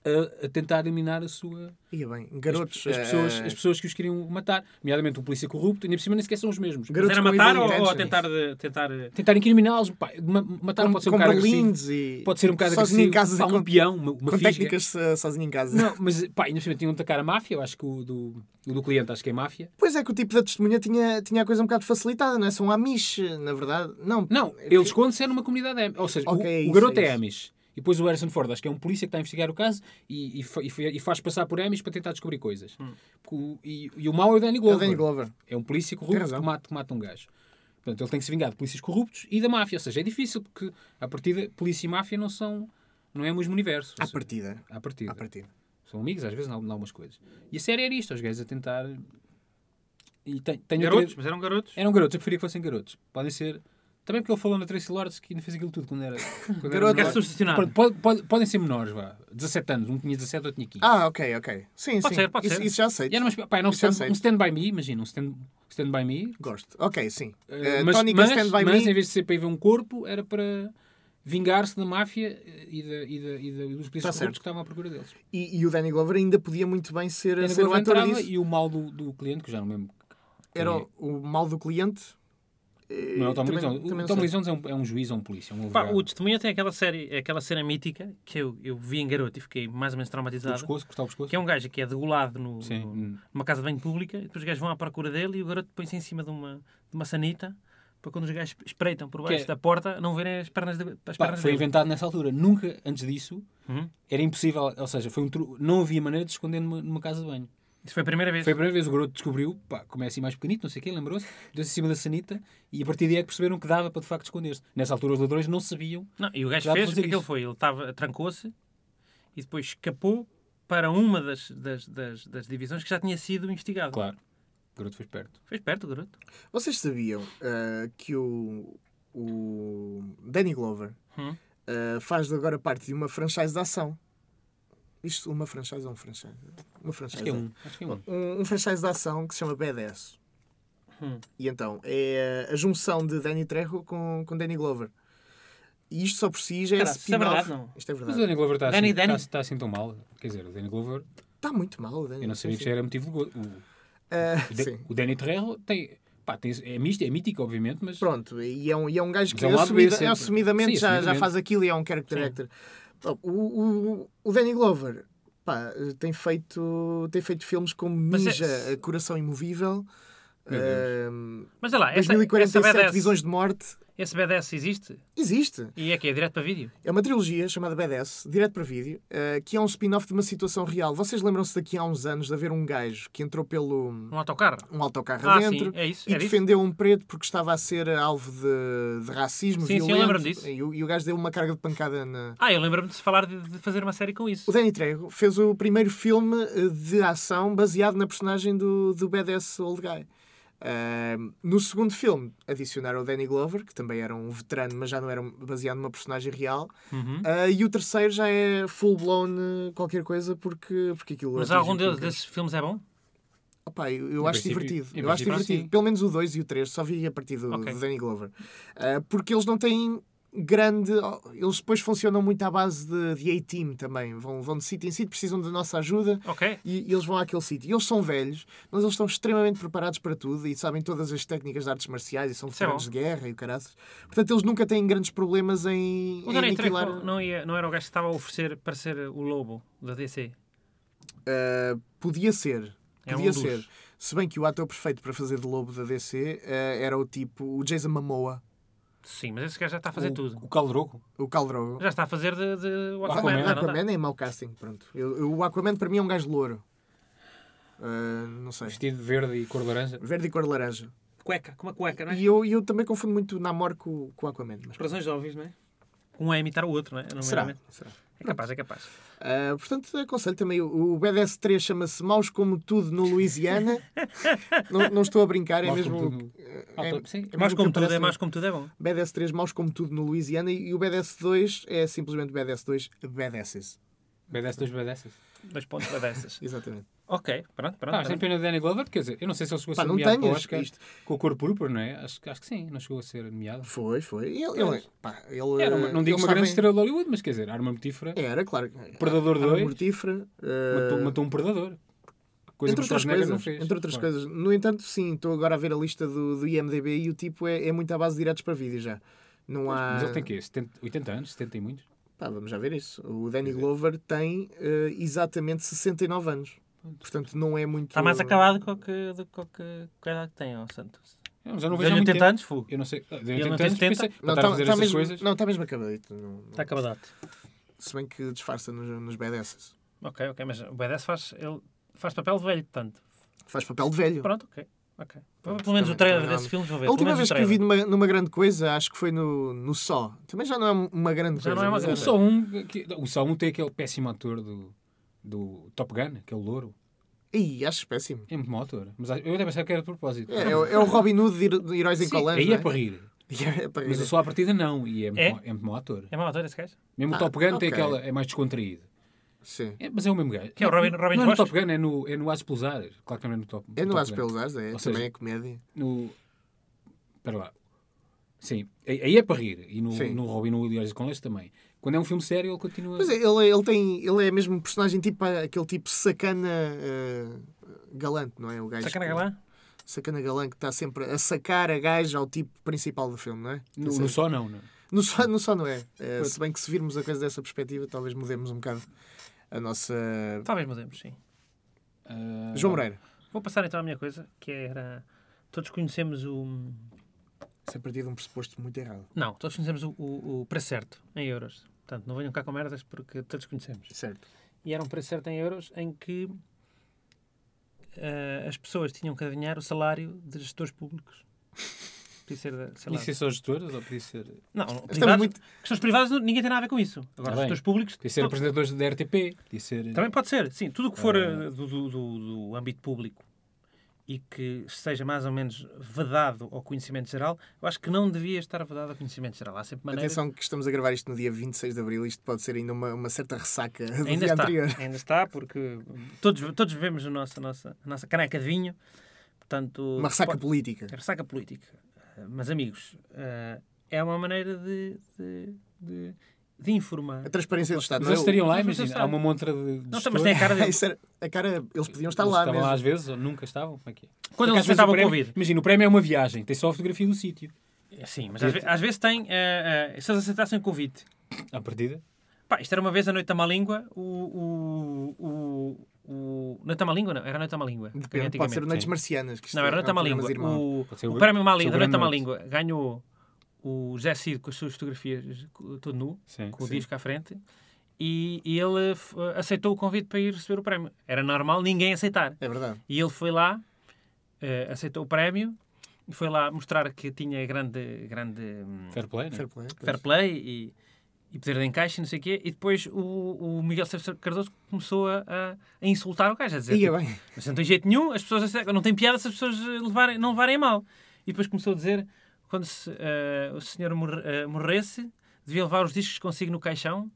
S5: a, a tentar eliminar a sua...
S3: Ia bem, garotos.
S5: as, as pessoas,
S3: eh,
S5: as pessoas que os queriam matar, nomeadamente um polícia corrupto, e nem por cima nem sequer são os mesmos.
S4: Mas
S3: Garotos
S4: era
S3: com
S4: matar
S3: evil
S4: ou, ou
S3: intentions.
S4: tentar. de- tentar eh,
S5: Tentarem criminá-los, pá, ma- matar
S3: com,
S5: pode ser um
S3: com
S5: cara agressivo.
S3: berlindes e.
S5: Pode ser um bocado
S3: sozinho
S5: agressivo,
S3: em casa.
S5: pá, um
S3: com,
S5: peão, uma, uma
S3: com
S5: fisga.
S3: técnicas so- sozinho em casa.
S5: Não, mas pá, ainda por cima tinham de atacar a máfia, eu acho que o do, o do cliente acho que é máfia.
S3: Pois é que o tipo da testemunha tinha, tinha a coisa um bocado facilitada, não é? São amish, na verdade. Não,
S5: Não,
S3: é
S5: ele
S3: que-
S5: esconde-se é numa comunidade Amish. Ou seja, o-
S3: Ok, é
S5: o,
S3: isso,
S5: garoto
S3: é
S5: é,
S3: isso.
S5: Amish. E depois o Harrison Ford, acho que é um polícia que está a investigar o caso e, e, fa- e fa- e faz passar por Amish para tentar descobrir coisas. Porque o- e, e o mau é o Danny
S3: É o
S5: Glover.
S3: Danny Glover.
S5: É um polícia
S3: Tem
S5: corrupto
S3: razão.
S5: que mata, que mata um gajo. Portanto, ele tem que se vingar de polícias corruptos e da máfia. Ou seja, é difícil porque, à partida, polícia e máfia não são... Não é o mesmo universo. Ou
S3: À Ah,
S5: seja,
S3: partida.
S5: à partida.
S3: À partida.
S5: São amigos, às vezes, em algumas coisas. E a série era isto, os gajos a tentar... E tem, tenho
S4: garotos? Mas eram garotos?
S5: Eram garotos, eu preferia que fossem garotos. Podem ser. Também porque ele falou na Tracy Lords que ainda fez aquilo
S3: *laughs*
S5: tudo quando era. Quando
S3: Garoto.
S5: menor.
S4: Era substitucionado.
S5: Pronto, pode- pode- podem ser menores, vá. 17 anos, um tinha 17, outro tinha 15.
S3: Ah, ok, ok. Sim,
S4: Pode
S3: sim.
S4: ser, pode
S3: isso,
S4: ser.
S3: isso já aceito.
S5: E era umas, pá, era um,
S3: Isso já
S5: stand,
S3: aceito.
S5: um stand by me, imagina, um stand, stand by me.
S3: Gosto. Ok, sim.
S5: Eh,
S3: Eh,
S5: mas
S3: Tónica
S5: mas,
S3: Stand By
S5: mas
S3: Me.
S5: em vez de ser para ir ver um corpo, era para vingar-se da máfia eh, e, da, e, da, e, da, e dos polícias
S3: Tá certo.
S5: corruptos que estavam à procura deles.
S3: E, e o Danny Glover ainda podia muito bem ser,
S5: Ainda
S3: ser o
S5: agora
S3: ator
S5: entrava
S3: disso.
S5: e o mal do, do cliente, que eu já não me lembro.
S3: Era o, o mal do cliente. eh,
S5: Não é o Tom
S3: também-
S5: Lee Jones.
S3: também
S5: O
S3: não
S5: Tom
S3: sei.
S5: Lee Jones é um, é um juiz ou um polícia. Um
S4: Pá,
S5: advogado.
S4: o Testemunha tem aquela série, é aquela cena mítica que eu, eu vi em garoto e fiquei mais ou menos
S5: O
S4: traumatizado.
S5: pescoço, cortar o pescoço.
S4: Que é um gajo que é degolado no,
S5: Sim.
S4: no- numa casa de banho pública, e depois os gajos vão à procura dele e o garoto põe-se em cima de uma, de uma sanita para quando os gajos espreitam por baixo
S5: é-
S4: da porta não verem as pernas, de, as
S5: Pá,
S4: pernas
S5: foi
S4: dele.
S5: inventado nessa altura. Nunca antes disso
S4: Uhum.
S5: era impossível. Ou seja, foi um tru... não havia maneira de se esconder numa, numa casa de banho.
S4: Isso foi a primeira vez.
S5: Foi a primeira vez o garoto descobriu, pá, como é assim mais pequenito, não sei o quê, lembrou-se, deu-se em cima da sanita e a partir daí é que perceberam que dava para de facto esconder-se. Nessa altura os ladrões não sabiam.
S4: Não, e o gajo
S5: Dá para
S4: fez, o que é
S5: fazer
S4: que ele
S5: isso.
S4: foi? Ele tava, trancou-se e depois escapou para uma das, das, das, das divisões que já tinha sido investigado.
S5: Claro. O garoto foi esperto.
S4: Foi esperto o garoto.
S3: Vocês sabiam ah, que o, o Danny Glover
S4: Hum.
S3: ah, faz de agora parte de uma franchise de ação? Isto, uma franchise ou um franchise? Uma franchise.
S5: Acho que é
S3: é.
S5: um. Acho que é um.
S3: um, um franchise de ação que se chama BDS. E então, é a junção de Danny Trejo com, com Danny Glover. E isto só por si já é
S4: Caralho, isso é
S3: spin-off.
S4: verdade, não?
S3: Isto é
S5: Mas o
S3: verdade.
S5: Danny Glover está
S4: Danny,
S5: assim,
S4: Danny.
S5: tá- tá assim tão mal. Quer dizer, o Danny Glover,
S3: Está Tá muito mal, o Danny.
S5: eu não sabia que já era motivo de gozo.
S3: Ah,
S5: O, Dan-
S3: sim.
S5: o Danny Trejo tem, pá, tem, é, místico, é mítico, obviamente, mas
S3: Pronto, e é um, e é um gajo
S5: Mas
S3: que
S5: é um lado B
S3: assumida-
S5: sempre.
S3: é assumidamente
S5: Sim,
S3: já, já
S5: assumidamente.
S3: faz aquilo e é um character actor. Pá, O, o, o Danny Glover pá, tem, feito, tem feito filmes como
S4: Mas é-
S3: Ninja, Coração Imovível,
S5: Meu
S3: eh, ahm,
S4: Mas olha lá, essa, essa
S3: 2047
S4: BDS,
S3: Visões de Morte.
S4: esse BDS existe
S3: Existe.
S4: e é que é direto para vídeo.
S3: É uma trilogia chamada BDS, direto para vídeo, eh, que é um spin-off de uma situação real. Vocês lembram-se daqui a uns anos de haver um gajo que entrou pelo
S4: Um autocarro.
S3: um autocarro
S4: Ah,
S3: adentro
S4: sim, é isso,
S3: e
S4: é disso.
S3: defendeu um preto porque estava a ser alvo de, de racismo
S4: Sim, sim, eu
S3: violento.
S4: lembro-me disso.
S3: E, o- e o gajo deu uma carga de pancada na...
S4: Ah, eu lembro-me de se falar de, de fazer uma série com isso.
S3: O Danny Trejo fez o primeiro filme eh, de ação baseado na personagem do, do BDS Old Guy. Ahm, no segundo filme adicionaram o Danny Glover, que também era um veterano, mas já não era um- baseado numa personagem real.
S4: Uhum.
S3: Ah, e o terceiro já é full blown eh, qualquer coisa porque, porque aquilo
S4: Mas
S3: atinge
S4: algum
S3: o
S4: deles,
S3: público.
S4: desses filmes é bom?
S3: Opa, eu, eu
S5: Em
S3: acho
S5: princípio-
S3: divertido.
S5: em
S3: Eu acho
S5: princípio,
S3: divertido.
S5: sim.
S3: Pelo menos o 2 e o 3, só vi a partir do,
S4: Ok.
S3: do Danny Glover. Ah, porque eles não têm grande. Eles depois funcionam muito à base de, de A-Team também. Vão, vão de sítio em sítio, precisam da nossa ajuda
S4: Ok.
S3: e, e eles vão àquele sítio. E eles são velhos, mas eles estão extremamente preparados para tudo e sabem todas as técnicas de artes marciais e são
S4: Isso é bom.
S3: veteranos de guerra e o caraças. Portanto, eles nunca têm grandes problemas em,
S4: O
S3: em
S4: Danny
S3: aniquilar.
S4: Trejo não, ia- não era o gajo que estava a oferecer para ser o lobo da DC.
S3: Uh, podia ser.
S4: É um
S3: Podia
S4: dos.
S3: ser. Se bem que o ator perfeito para fazer de lobo da DC uh, era o tipo, o Jason Momoa,
S4: Sim, mas esse gajo já está a fazer
S5: o,
S4: tudo.
S5: o Caldrogo.
S3: o Cal Drogo.
S4: Já está a fazer de, de o Aquaman, já
S5: é Aquaman,
S4: não está?
S3: Aquaman é mau casting, pronto. Eu- eu- o Aquaman para mim é um gajo louro. Uh, não sei.
S5: Vestido de verde e cor de laranja.
S3: É Verde e cor de laranja.
S6: cueca, com uma cueca, não é?
S3: E eu, e eu também confundo muito o Namor com, com o Aquaman. Mas...
S6: Por razões óbvias, não é?
S4: Um é imitar o outro, não é?
S3: Será?
S4: Nomeadamente.
S3: Será?
S4: É capaz, é capaz.
S3: Ah, portanto, aconselho também. O o BDS3 chama-se Maus Como Tudo no
S5: *laughs*
S3: Louisiana. não, não estou a brincar, é
S5: Maus
S3: mesmo. eh, é
S5: Como Tudo. Ah, tá- sim.
S3: mesmo
S4: mais
S3: o que
S4: como tudo,
S3: aparece
S4: é
S3: no-
S4: mais como tudo, é bom.
S3: BDS3 Maus Como Tudo no Louisiana e o BDS2 é simplesmente BDS2 Badasses.
S5: BDS, dois BDS.
S4: Dois pontos para
S5: *laughs*
S4: dessas.
S3: Exatamente.
S4: ok, pronto, pronto.
S5: Ah, tem pena de Danny Glover, quer dizer, eu não sei se ele chegou a
S3: tá Pá,
S5: ser
S3: não
S5: nomeado para o
S3: tenhas
S5: Oscar
S3: isto.
S5: com o cor púrpura, não é? Acho, acho que sim, não chegou a ser nomeado.
S3: Foi, foi. Ele, ele, pá, ele,
S5: Era uma- não digo
S3: ele
S5: uma grande
S3: estava
S5: estrela de Hollywood, mas quer dizer, arma mortífera,
S3: em- Era, claro.
S5: Predador
S3: É, Arma
S5: 2.
S3: Mortífera. um eh,
S5: matou, matou um predador. Coisa
S3: entre
S5: que o
S3: outras,
S5: Schwarzenegger
S3: coisas,
S5: não fez.
S3: entre outras
S5: Claro.
S3: coisas. No entanto, sim, estou agora a ver a lista do, do IMDB e o tipo é, é muito à base de diretos para vídeo já. Não há.
S5: Mas ele tem o quê? 70, 80 anos? 70 e muitos?
S3: Pá, vamos já ver isso. O
S5: é.
S3: Danny Glover tem eh, exatamente 69 anos. Portanto, não é muito.
S4: Está mais acabado do que, do que, que, que a idade que tem, ó Santos.
S5: É, Eu já não vejo
S4: Deu-lhe
S5: há muito
S4: 80
S5: tempo.
S4: anos, fogo.
S5: Eu não sei. Deu
S4: Ele não
S5: 80
S4: tem
S5: anos,
S4: 70?
S5: pensei, para
S3: Não,
S5: estar a
S3: está
S5: fazer
S3: tá
S5: essas
S3: mesmo,
S5: coisas.
S3: não, tá mesmo acabadito. Não, não-
S4: Está acabadado.
S3: Se bem que disfarça nos, nos BDS.
S4: Ok, ok, mas o BDS faz, ele faz papel de velho, portanto.
S3: Faz papel de velho.
S4: Pronto, ok. ok. Pelo
S3: Pronto,
S4: menos o
S3: também-
S4: trailer
S3: também não há
S4: desse filme, vou ver.
S3: A última
S4: pelo menos
S3: vez
S4: o
S3: que eu vi
S4: trailer.
S3: numa, numa grande coisa, acho que foi no, no Só. Também já não é uma grande coisa.
S4: Já não é uma
S3: mas
S4: grande
S3: era.
S4: coisa.
S5: O só um, que- o só um tem aquele péssimo ator do, do Top Gun, aquele louro.
S3: Ih, acho péssimo.
S5: É muito mau ator. Mas acho- eu até pensava que era de propósito.
S3: É, é o- é o Robin Hood de, Hero- de Heróis em
S5: Sim,
S3: Colãs.
S5: aí
S3: não
S5: é para rir.
S3: *laughs* É para
S5: Mas
S3: rir.
S5: o só à partida não. E é, muito
S4: É?
S5: mau- é muito mau ator.
S4: É mau ator esse gajo?
S5: Mesmo
S3: Ah,
S5: o Top Gun
S3: ok.
S5: tem aquela. É mais descontraído.
S3: Sim.
S5: É, mas é o mesmo gajo.
S4: Que é o Robin-
S5: Não-
S4: Robin
S5: Não é no
S4: Foster?
S5: Top Gun, é no, é no Aço pelos Ares. Claro que não é no Top
S3: É no
S5: Top
S3: Aço
S5: Gun.
S3: pelos Ares, é.
S5: Ou seja,
S3: também é comédia.
S5: no. Espera lá. Sim, aí aí é para rir. E no,
S3: Sim.
S5: no Robin Hood e Olhos com Leite também. Quando é um filme sério, ele continua.
S3: Mas é, ele, ele, tem, ele é mesmo um personagem tipo ah, aquele tipo sacana ah, galante, não é? O gajo
S4: Sacana
S3: que-
S4: galã?
S3: Sacana galã que está sempre a sacar a gaja ao tipo principal do filme, não é?
S5: No,
S3: Sim.
S5: no só não, não.
S3: No só, no só não é. Eh, se bem que se virmos a coisa dessa perspectiva, talvez mudemos um bocado a nossa.
S4: Talvez mudemos, sim.
S5: Ah,
S3: João Moreira.
S4: Vou passar então à minha coisa, que era... Todos conhecemos o...
S3: Isso é partir de um pressuposto muito errado.
S4: Não, todos conhecemos o, o, o preço certo, em euros. Portanto, não venham cá com merdas, porque todos conhecemos.
S3: Certo.
S4: E era um preço certo em euros em que eh, as pessoas tinham que adivinhar o salário de gestores públicos. Podia ser, da- sei lá.
S5: Podia ser só gestoras ou podia ser.
S4: Não, não, privados,
S3: é muito-
S4: questões privadas não- ninguém tem nada a ver com isso. Agora,
S5: Tá bem.
S4: gestores públicos.
S5: Podia ser
S4: to-
S5: apresentadores da RTP. Podia ser.
S4: Também pode ser, sim. Tudo o que for
S5: Ah.
S4: eh, do, do, do- do âmbito público e que seja mais ou menos vedado ao conhecimento geral, eu acho que não devia estar vedado ao conhecimento geral. Há sempre maneiras.
S3: Atenção que estamos a gravar isto no dia 26 de Abril, isto pode ser ainda uma, uma certa ressaca do dia
S4: Ainda está,
S3: anterior.
S4: *laughs* ainda está, porque todos, todos vemos a nossa, a nossa, a nossa caneca de vinho. Portanto,
S3: Uma ressaca
S4: pode-
S3: política.
S4: É ressaca política. Eh, Mas, amigos, eh, é uma maneira de, de, de, de informar.
S3: A transparência do Estado.
S5: Ah, Mas
S3: não é
S5: eles
S3: o- *laughs* É,
S5: estariam lá,
S4: mas
S5: imagina.
S4: eles
S5: Há uma montra de. de
S4: Não,
S5: gestores.
S4: mas tem a cara dele.
S3: Isso era- a cara, eles podiam estar
S5: Eles
S3: lá
S5: estavam
S3: mesmo.
S5: lá às vezes, ou nunca estavam? Como é que é?
S4: Quando
S5: Porque
S4: eles
S5: às vezes
S4: enfrentavam
S5: o
S4: o
S5: prémio-
S4: Covid.
S5: Imagina, o prémio é uma viagem, tem só a fotografia do sítio.
S3: é
S4: Sim, mas às, ve- às vezes tem. eh, eh, se eles aceitassem o convite.
S5: À partida.
S4: Pá, isto era uma vez a Noite da Má Língua. O. o, o, o... Noite da Má Língua? Não, era a Noite da Má Língua.
S3: Depende, pode ser
S4: antigamente.
S3: Noites
S5: sim.
S3: Marcianas. Que isto
S4: Não, era
S3: é
S4: a Noite da
S3: um
S4: Má
S3: programa
S4: Língua.
S3: de irmão.
S4: O,
S5: Pode ser
S4: o
S5: o-
S4: prémio Má
S5: pode ser o
S4: Língua, da
S5: Grande
S4: Noite da Má
S5: Norte.
S4: Língua ganhou o José Cid com as suas fotografias co- todo nu,
S5: Sim,
S4: com o
S5: sim.
S4: disco à frente. E, e ele f- aceitou o convite para ir receber o prémio. Era normal ninguém aceitar.
S3: É verdade.
S4: E ele foi lá, eh, aceitou o prémio, e foi lá mostrar que tinha grande, grande hum,
S5: Fair play, né?
S3: Fair play.
S4: fair play e, e poder de encaixe, não sei o quê. E depois o, o Miguel Sérgio Cardoso começo a, a- a insultar o gajo, a dizer:
S3: Ia
S4: tipo,
S3: bem.
S4: mas não tem jeito nenhum, as pessoas aceitam, não tem piada se as pessoas eh, levarem, não levarem a mal. E depois começou a dizer: quando se, eh, o senhor mor- eh, morresse, devia levar os discos consigo no caixão,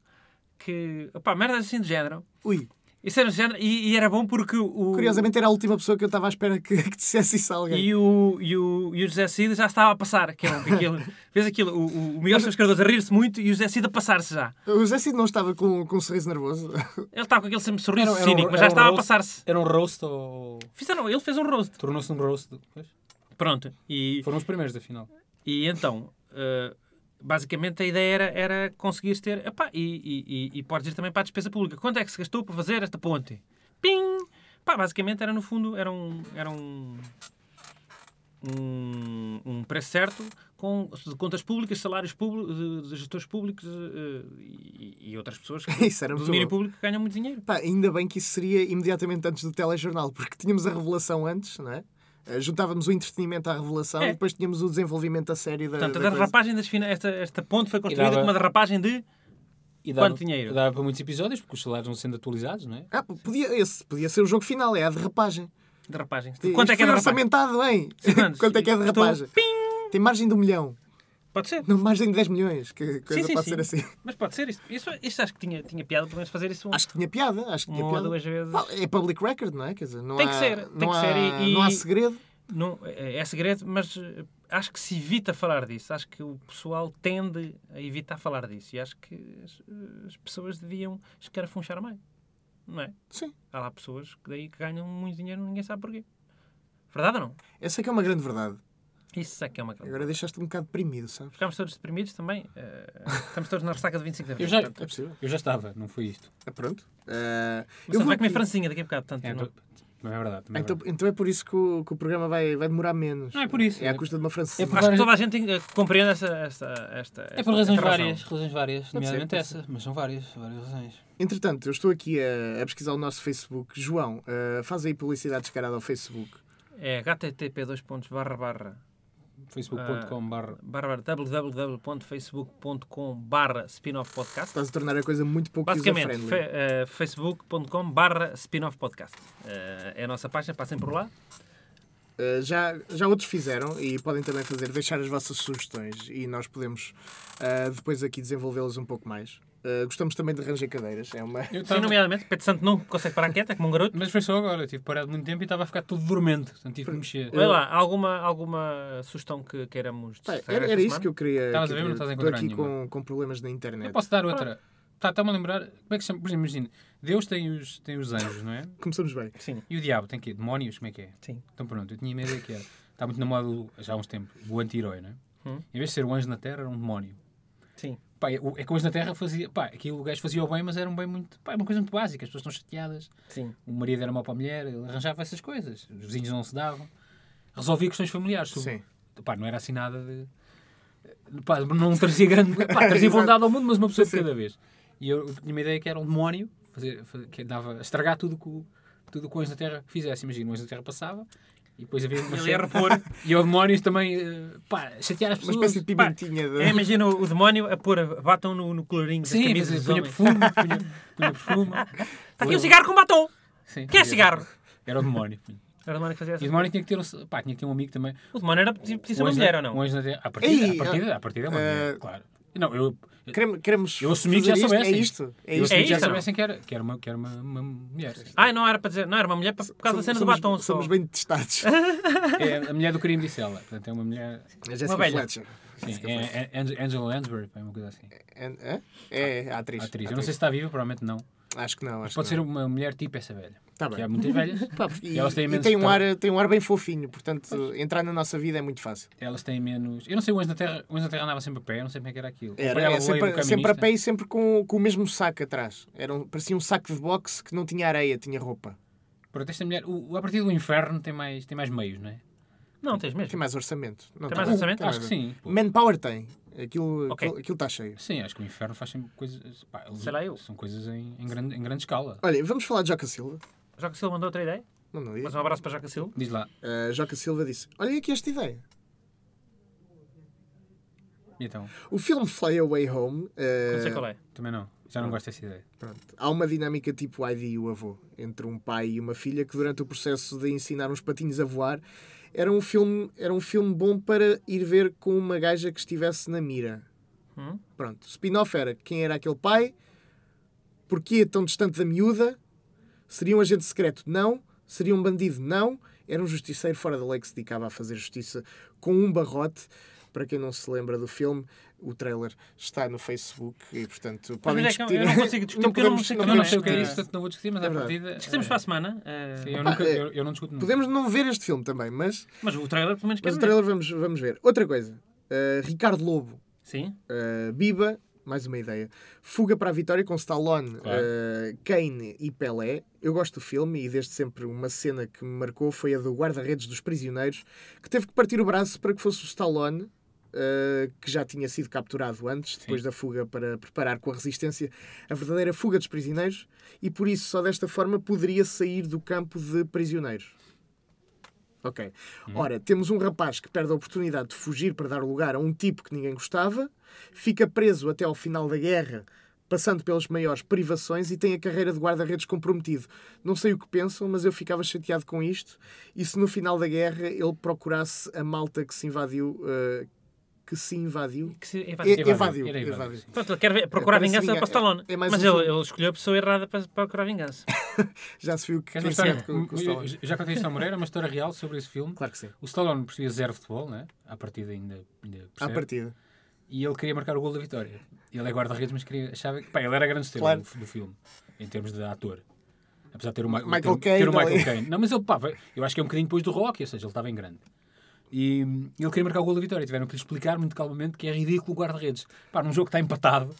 S4: que. opá, merda assim de género.
S3: Ui,
S4: Isso era de género, e, e era bom porque o.
S3: curiosamente era a última pessoa que eu estava à espera que, que dissesse isso a alguém.
S4: E o, e, o, e o José Cid já estava a passar. Que era um- que aquilo, *laughs* fez aquilo. O, o, o Miguel Sérgio Cardoso a rir-se muito e o José Cid a passar-se já.
S3: O Zé Cid não estava com, com um sorriso
S4: *laughs*
S3: nervoso.
S4: Ele estava com aquele sempre sorriso
S5: Era- era um-
S4: cínico, mas já
S5: era um
S4: estava a
S5: roast.
S4: passar-se.
S5: Era um roast ou.
S4: Fizeram, ele fez um roast.
S5: Tornou-se um roast. Pois.
S4: Pronto. E,
S5: Foram os primeiros da final.
S4: e então, eh, basicamente a ideia era, era conseguires ter. Epá, e, e, e, e podes ir também para a despesa pública. Quanto é que se gastou para fazer esta ponte? Pim! Pá, basicamente era no fundo, era um. Era um um, um preço certo com de contas públicas, salários públicos, de, de gestores públicos eh, e, e outras pessoas que,
S5: *laughs*
S3: Isso era
S4: do
S3: muito
S4: domínio
S3: bom.
S4: público que ganham muito dinheiro.
S3: Pá, ainda bem que isso seria imediatamente antes do telejornal, porque tínhamos a revelação antes, não é? eh, juntávamos o entretenimento à revelação
S4: É.
S3: e depois tínhamos o desenvolvimento a sério da,
S4: Portanto,
S3: da
S4: a
S3: coisa.
S4: derrapagem das finanças. Esta, esta ponte foi construída
S5: dava-
S4: com uma derrapagem de.
S5: E dava,
S4: Quanto dinheiro?
S5: Dava para muitos episódios, porque os salários vão sendo atualizados, não é?
S3: Ah, podia, esse podia ser o jogo final, é a derrapagem.
S4: derrapagem.
S3: Isto
S4: Quanto é que é
S3: foi
S4: derrapagem?
S3: orçamentado, hein? *laughs*
S4: Fernandes,
S3: Quanto é que é
S4: estou-
S3: derrapagem?
S4: Pim!
S3: Tem margem de um milhão.
S4: Pode ser.
S3: Não, margem de 10 milhões. Que coisa
S4: sim,
S3: pode
S4: sim.
S3: ser assim.
S4: Mas pode ser isto. Isso, isto acho que tinha, tinha piada, pelo menos fazer isso um,
S3: Acho que tinha piada. Acho que tinha
S4: uma ou
S3: piada.
S4: duas vezes.
S3: Pá, É public record, não é? Quer dizer, não
S4: Tem que
S3: há-
S4: ser, tem
S3: não
S4: que
S3: há-
S4: ser e-
S3: Não há
S4: e-
S3: segredo.
S4: Não, é, é segredo, mas eh, acho que se evita falar disso. Acho que o pessoal tende a evitar falar disso. E acho que as, as pessoas deviam escarafunchar mais. Não é?
S3: Sim.
S4: Há lá pessoas que daí que ganham muito dinheiro e ninguém sabe porquê. Verdade ou não?
S3: Essa é que é uma grande verdade.
S4: Isso é que é uma grande.
S3: Agora deixaste um bocado deprimido, sabes?
S4: Ficámos todos deprimidos também. eh, estamos todos na ressaca de 25 de abril.
S5: Eu já,
S3: É possível.
S5: eu já estava, não foi isto.
S3: Ah, pronto. Ah,
S4: Mas só vai comer
S3: aqui-
S4: francinha daqui a bocado. Portanto,
S5: É,
S4: não-
S5: tô- Não é verdade. Não
S3: Ah,
S5: é
S3: então,
S5: verdade.
S3: então é por isso que o, que o programa vai, vai demorar menos.
S5: Não, é por isso.
S3: É à custa de uma francesa.
S5: É por-
S4: Acho que toda a gente tem- eh, compreende essa, esta, esta,
S5: É
S4: esta-
S5: por razões
S4: esta razão.
S5: várias, razões várias,
S3: Pode ser,
S5: nomeadamente
S3: pode
S5: essa, mas são várias, várias razões.
S3: Entretanto, eu estou aqui a, a pesquisar o nosso Facebook. João, ah, faz aí publicidade descarada ao Facebook.
S4: É http dois pontos barra barra
S5: facebook.com barra
S4: barra barra www.facebook.com barra spin-off podcast
S3: Estás a tornar a coisa muito pouco
S4: basicamente
S3: user-friendly.
S4: fe, eh, facebook.com barra spin-off podcast Eh, é a nossa página, passem por lá
S3: Uh, já, já outros fizeram e podem também fazer, deixar as vossas sugestões e nós podemos uh, depois aqui desenvolvê-las um pouco mais. Uh, gostamos também de arranjar cadeiras, é uma.
S5: Eu
S4: sim,
S5: tava-
S4: nomeadamente, Pedro Santo não consegue parar quieto é como um garoto
S5: Mas foi só agora, eu tive parado muito tempo e estava a ficar todo dormente, portanto tive que mexer.
S4: Vai lá, alguma, alguma sugestão que queiramos
S3: Pá,
S4: destacar
S3: *laughs* era,
S4: esta
S3: era isso
S4: semana?
S3: que eu queria.
S5: Estavas a ver,
S3: que eu
S5: não estás a
S3: queria-
S5: encontrar
S3: Estou aqui
S5: nenhuma.
S3: com, com problemas na internet.
S5: Eu posso dar outra. Tá, Está-me a lembrar, como é que se chama? Por exemplo, imagina, Deus tem os, tem os anjos, não é?
S3: Começamos bem.
S4: Sim,
S5: E o diabo tem quê? Demónios? Como é que é?
S4: sim.
S5: Então pronto, eu tinha uma ideia que era. Está muito na moda o- já há uns tempos, o anti-herói, não é?
S4: Hum.
S5: Em vez de ser o anjo na Terra, era um demónio.
S4: Sim.
S5: Pá, é o- é que o anjo na Terra fazia. Pá, aquilo o gajo fazia o bem, mas era um bem muito. Pá, é uma coisa muito básica, as pessoas estão chateadas.
S4: Sim.
S5: O marido era mau para a mulher, ele arranjava essas coisas. Os vizinhos não se davam. Resolvia questões familiares. Tu-
S3: Sim.
S5: Pá, não era assim nada de. Pá, não trazia grande. Pá, trazia bondade ao mundo, mas uma pessoa de cada vez. E eu, eu tinha uma ideia que era um demónio fazer, fazer- que dava a estragar tudo que o, tudo que o anjo da Terra fizesse. Imagina, o anjo da Terra passava e depois havia uma
S4: Ele ia
S5: seca.
S4: repor.
S5: *laughs* E o demónio também, eh, pá, chatear as
S3: Uma
S5: pessoas.
S3: espécie de pimentinha
S4: É,
S3: de.
S4: imagina o, o demónio a pôr a- batom no, no colorinho das
S5: Sim,
S4: camisas
S5: fazia-
S4: dos
S5: punha
S4: homens.
S5: perfume, punha, punha perfume.
S4: Está *laughs* aqui um cigarro com batom!
S5: Sim,
S4: Quer
S5: fazia-
S4: cigarro?
S5: Era o demónio.
S4: Era o demónio que fazia
S5: E o
S4: essa.
S5: demónio tinha que ter um, pá, tinha que ter um amigo também.
S4: O demónio era podia ser
S5: Um
S4: é uma
S5: anjo
S4: mulher
S5: da-
S4: ou não?
S5: Um anjo da Terra. À partida,
S3: Ei,
S5: à partida, à partida é uma
S3: eh,
S5: mulher, claro. Não, eu... eu-
S3: Queremos, queremos
S5: Eu assumi que
S3: fazer
S5: já
S3: isto.
S5: soubessem.
S3: É isto. É
S5: eu
S3: isto.
S5: assumi que já
S4: isto ou não?
S5: soubessem que era, que era, uma, que era uma, uma mulher.
S4: Ai, não era para dizer, não era uma mulher para- por causa da cena do
S3: somos,
S4: batom. só.
S3: somos bem
S4: *laughs*
S3: testados.
S5: É, a mulher do crime disse ela. Portanto, é uma mulher.
S3: A Jessica
S4: velha.
S3: Fletcher.
S5: Sim, é, é Ang- Angela Lansbury, é uma coisa assim.
S3: É, é, é a atriz.
S5: Atriz. Eu não sei se está viva, provavelmente não.
S3: Acho que não. Acho
S5: Pode
S3: que
S5: ser uma mulher tipo essa velha.
S3: Tá
S5: Que
S3: bem.
S5: há muitas velhas.
S3: *laughs* Pá, porque-
S5: E elas têm
S3: e
S5: imenso
S3: tem, um ar,
S5: talento.
S3: tem um ar bem fofinho, portanto, entrar na nossa vida é muito fácil.
S5: Elas têm menos. Eu não sei, o Anjo da Terra, o Anjo da Terra andava sempre a pé, eu não sei como é que era aquilo.
S3: Era,
S5: Acompanhava
S3: é,
S5: o leigo
S3: sempre,
S5: caminista.
S3: sempre a pé e sempre com, com o mesmo saco atrás. Era um- parecia um saco de boxe que não tinha areia, tinha roupa.
S5: Pronto, esta mulher, o, o- a partir do inferno tem mais, tem mais meios, não é?
S4: Não, tens
S3: Tem
S4: mesmo.
S3: mais orçamento. Não
S4: Tem mais
S3: tem.
S4: orçamento?
S5: Acho que sim. pô.
S3: Manpower tem. Aquilo
S4: Ok.
S3: aquilo está cheio.
S5: Sim, acho que o inferno faz sempre coisas. Pá, eles-
S4: Sei lá eu.
S5: São coisas em, em grande, em grande escala.
S3: Olha, vamos falar de Joca Silva.
S4: Joca Silva mandou outra ideia.
S3: Não, não,
S4: Mas um abraço para Joca Silva.
S5: Diz lá.
S3: Ah, Joca Silva disse: Olha aqui esta ideia.
S5: E então?
S3: O filme Fly Away Home. ah,
S4: Não sei qual é.
S5: Também não. Já não gosto dessa ideia.
S3: Pronto. Há uma dinâmica tipo o ID e o avô, entre um pai e uma filha, que durante o processo de ensinar uns patinhos a voar, era um filme, era um filme bom para ir ver com uma gaja que estivesse na mira.
S4: Hum.
S3: Pronto. O Spin-off era quem era aquele pai, porquê tão distante da miúda, seria um agente secreto? Não. Seria um bandido? Não. Era um justiceiro fora da lei que se dedicava a fazer justiça com um barrote. Para quem não se lembra do filme, o trailer está no Facebook e, portanto, podem
S4: é que eu-
S3: discutir.
S4: eu não consigo discutir porque eu não sei
S5: Eu
S4: Também
S5: não
S4: não
S5: sei o que é
S4: é.
S5: isso, portanto não vou discutir, mas
S3: É
S5: à
S3: verdade.
S5: partida.
S4: Discutimos
S5: eh,
S4: para a semana. eh,
S5: sim, Eu,
S3: Pá,
S5: nunca,
S3: eh,
S5: eu, eu não discuto nunca.
S3: Podemos não ver este filme também, mas,
S4: mas o trailer, pelo
S3: mas
S4: menos,
S3: o
S4: quero ver.
S3: trailer vamos, vamos ver. Outra coisa, uh, Ricardo Lobo,
S4: Sim.
S3: uh, Biba, mais uma ideia. Fuga para a Vitória com Stallone,
S5: Claro.
S3: uh, Kane e Pelé. Eu gosto do filme e desde sempre uma cena que me marcou foi a do guarda-redes dos prisioneiros, que teve que partir o braço para que fosse o Stallone. uh, que já tinha sido capturado antes, depois da fuga para preparar com a resistência a verdadeira fuga dos prisioneiros, e por isso só desta forma poderia sair do campo de prisioneiros. Ok. Ora, temos um rapaz que perde a oportunidade de fugir para dar lugar a um tipo que ninguém gostava, fica preso até ao final da guerra, passando pelas maiores privações e tem a carreira de guarda-redes comprometido. Não sei o que pensam, mas eu ficava chateado com isto. E se no final da guerra ele procurasse a malta que se invadiu. eh, que se invadiu?
S4: Que se
S3: E-
S4: evadiu.
S5: Evadiu.
S3: Evadiu.
S5: Era evadiu,
S3: evadiu.
S4: Portanto, ele quer ver- procurar
S3: é. parece
S4: vingança
S3: vinga-
S4: para Stallone.
S3: é- é mais
S4: mas
S3: um
S4: ele,
S3: filme.
S4: ele escolheu a pessoa errada para, para procurar vingança.
S3: Já se viu que
S5: Queres uma
S3: tem
S5: história?
S3: certo com, com o Stallone.
S5: Já contei isto a Moreira, uma história real sobre esse filme.
S3: Claro que sim.
S5: O Stallone percebia zero futebol, né? à partida ainda, ainda
S3: À
S5: percebe.
S3: partida.
S5: E ele queria marcar o gol da vitória. Ele é guarda-redes, mas queria, achava que... Pá, ele era a grande estrela
S3: Claro.
S5: do, do filme, em termos de ator. Apesar de ter o, Ma
S3: Michael
S5: ter, o-
S3: Caine
S5: ter o
S3: ali.
S5: Michael Caine. Não, mas ele, pá, vai- eu acho que é um bocadinho depois do Rock, ou seja, ele estava em grande. E hum, ele queria marcar o gol da vitória. Tiveram que lhe explicar muito calmamente que é ridículo o guarda-redes. Pá, num jogo que está empatado,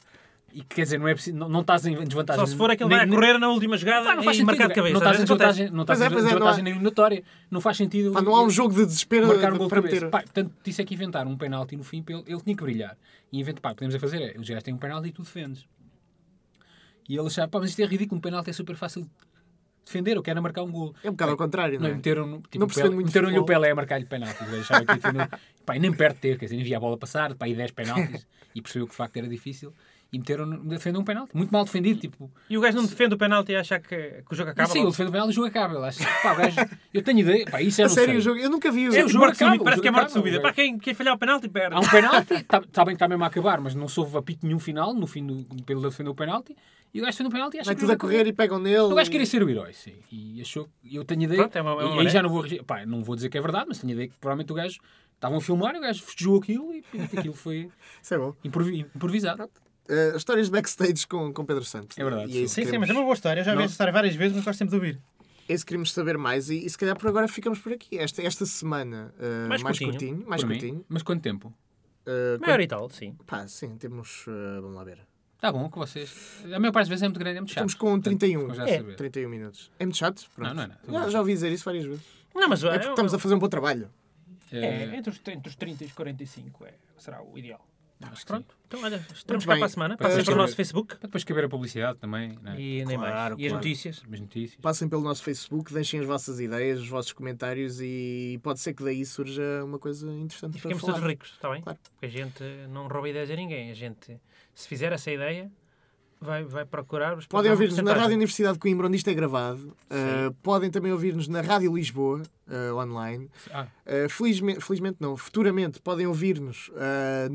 S5: e que, quer dizer, não, é preciso, não, não estás em desvantagem.
S4: Só se for aquele
S5: Nem-
S4: vai a
S5: nem-
S4: correr na última jogada
S5: Pá, não faz
S4: e
S5: sentido.
S4: marcar de cabeça.
S5: Não estás
S4: Às
S5: em
S4: vezes acontece.
S5: desvantagem, não estás
S3: Pois é,
S5: em
S3: pois é, não há-
S5: desvantagem nenhuma notória. Não faz sentido.
S3: Pá, não há um jogo de desespero
S5: marcar um
S3: de-
S5: gol de
S3: para
S5: cabeça.
S3: meter.
S5: Pá, portanto, disse é que inventaram um penalti no fim, para ele, ele tinha que brilhar. E inventar, pá, o que podemos é fazer é, os gajos têm um penalti e tu defendes. E ele achava, pá, mas isto é ridículo, um penalti é super fácil de defender, eu quero é marcar um gol.
S3: É um bocado ao contrário, não
S5: Não,
S3: é?
S5: e meteram, tipo,
S3: Não
S5: o
S3: percebo
S5: Pelé-
S3: muito
S5: meteram-lhe o
S3: futebol.
S5: Pelé a marcar-lhe penalti. Eu achava que ia defender. Pá, e nem perto de ter, quer dizer, nem via a bola passar, pá, e
S3: *laughs*
S5: 10 penaltis. e percebeu que de facto era difícil. E meteram defendeu um penalti. Muito mal defendido, tipo,
S4: E o gajo não defende o penalti e acha que, que o jogo acaba.
S5: sim, ele
S4: logo.
S5: defende o penal e o jogo acaba. Ele acha, pá, o gajo, eu tenho ideia. Pá, isso é
S3: A sério, o jogo, eu nunca vi o
S5: É
S3: jogo.
S5: o
S4: Morte
S5: jogo
S4: súbita,
S5: acaba, o
S4: parece que é
S5: jogo
S4: morte
S5: acaba,
S4: subida.
S5: o
S4: Para
S5: gajo.
S4: quem, quem falhar o penalti perde.
S5: Há um penalti, está bem que está mesmo a acabar, mas não soube apito nenhum final, no fim do, pelo ele defender o penalti. E o gajo defende o penalti e acha
S3: Vai
S5: que
S3: tudo
S5: não
S3: a correr e pegam nele.
S5: O gajo queria ser o herói, sim. E achou, eu tenho ideia.
S4: Pronto, é uma- é uma
S5: e aí
S4: maneira.
S5: já não vou, regi- pá, não vou dizer que é verdade, mas tenho ideia que provavelmente o gajo. Estavam a filmar, e o gajo festejou aquilo e pronto, aquilo foi
S3: Isso é bom.
S5: improvi- improvisado.
S3: Eh, histórias de backstage com, com Pedro Santos.
S5: É verdade,
S3: E é isso
S6: Sim,
S3: que
S6: sim,
S3: queremos-
S6: mas é uma boa história. Eu já
S5: Não.
S6: vi esta história várias vezes, mas gosto sempre de ouvir.
S3: É isso que queríamos saber mais e, e se calhar por agora ficamos por aqui. Esta, esta semana eh,
S4: Mais
S3: mais
S4: curtinho.
S3: curtinho. Mais
S5: por mim.
S3: curtinho.
S5: Mas quanto tempo?
S3: Eh,
S4: Maior e tal, sim.
S3: quant- Pá, sim, temos. eh, vamos lá ver.
S5: Está Tá bom com vocês. A maior parte das vezes é muito grande, é muito chato.
S3: Estamos com 31.
S5: ficam já a
S3: É,
S5: saber.
S3: 31 minutos. É muito chato? Pronto.
S5: Não, não é nada.
S3: Já, já ouvi dizer isso várias vezes.
S4: Não, mas eh,
S3: É porque estamos a fazer um bom trabalho. um.
S5: É,
S4: entre, os, entre os 30 e os 45 é, será o ideal.
S5: acho que sim.
S4: Pronto. Então, olha,
S3: Muito
S4: estamos cá
S3: bem.
S4: para a semana.
S3: Para
S4: Passem
S3: ser-
S4: para o nosso Facebook
S5: Para depois caber a publicidade também, né?
S4: e nem
S3: É, Claro,
S4: mais. E as
S3: claro.
S4: notícias.
S5: as notícias.
S3: Passem pelo nosso Facebook, deixem as vossas ideias, os vossos comentários e pode ser que daí surja uma coisa interessante para
S4: E ficamos
S3: falar.
S4: todos ricos, está bem?
S3: Claro.
S4: Porque a gente não rouba ideias a ninguém. A gente, se fizer essa ideia, vai, vai procurar... os
S3: Podem
S4: programas
S5: é
S3: ouvir-nos na Rádio
S4: porcentagem.
S3: Universidade de Coimbra, onde isto é gravado. Uh, podem também ouvir-nos na Rádio Lisboa, uh, online.
S5: Ah,
S3: Uh, felizmente, felizmente não, futuramente podem ouvir-nos uh, no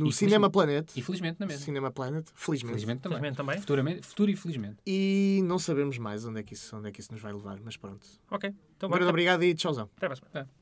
S5: E felizmente-
S3: Cinema Planet.
S5: e felizmente na mesma.
S3: Cinema Planet, felizmente.
S5: Felizmente também.
S4: Felizmente também.
S5: Futuramente, futuro e felizmente.
S3: E não sabemos mais onde é, que isso, onde é que isso nos vai levar, mas pronto.
S4: Ok. Então,
S3: Um
S4: bora.
S3: grande obrigado e tchauzão.
S4: Até para a semana.
S5: Tá.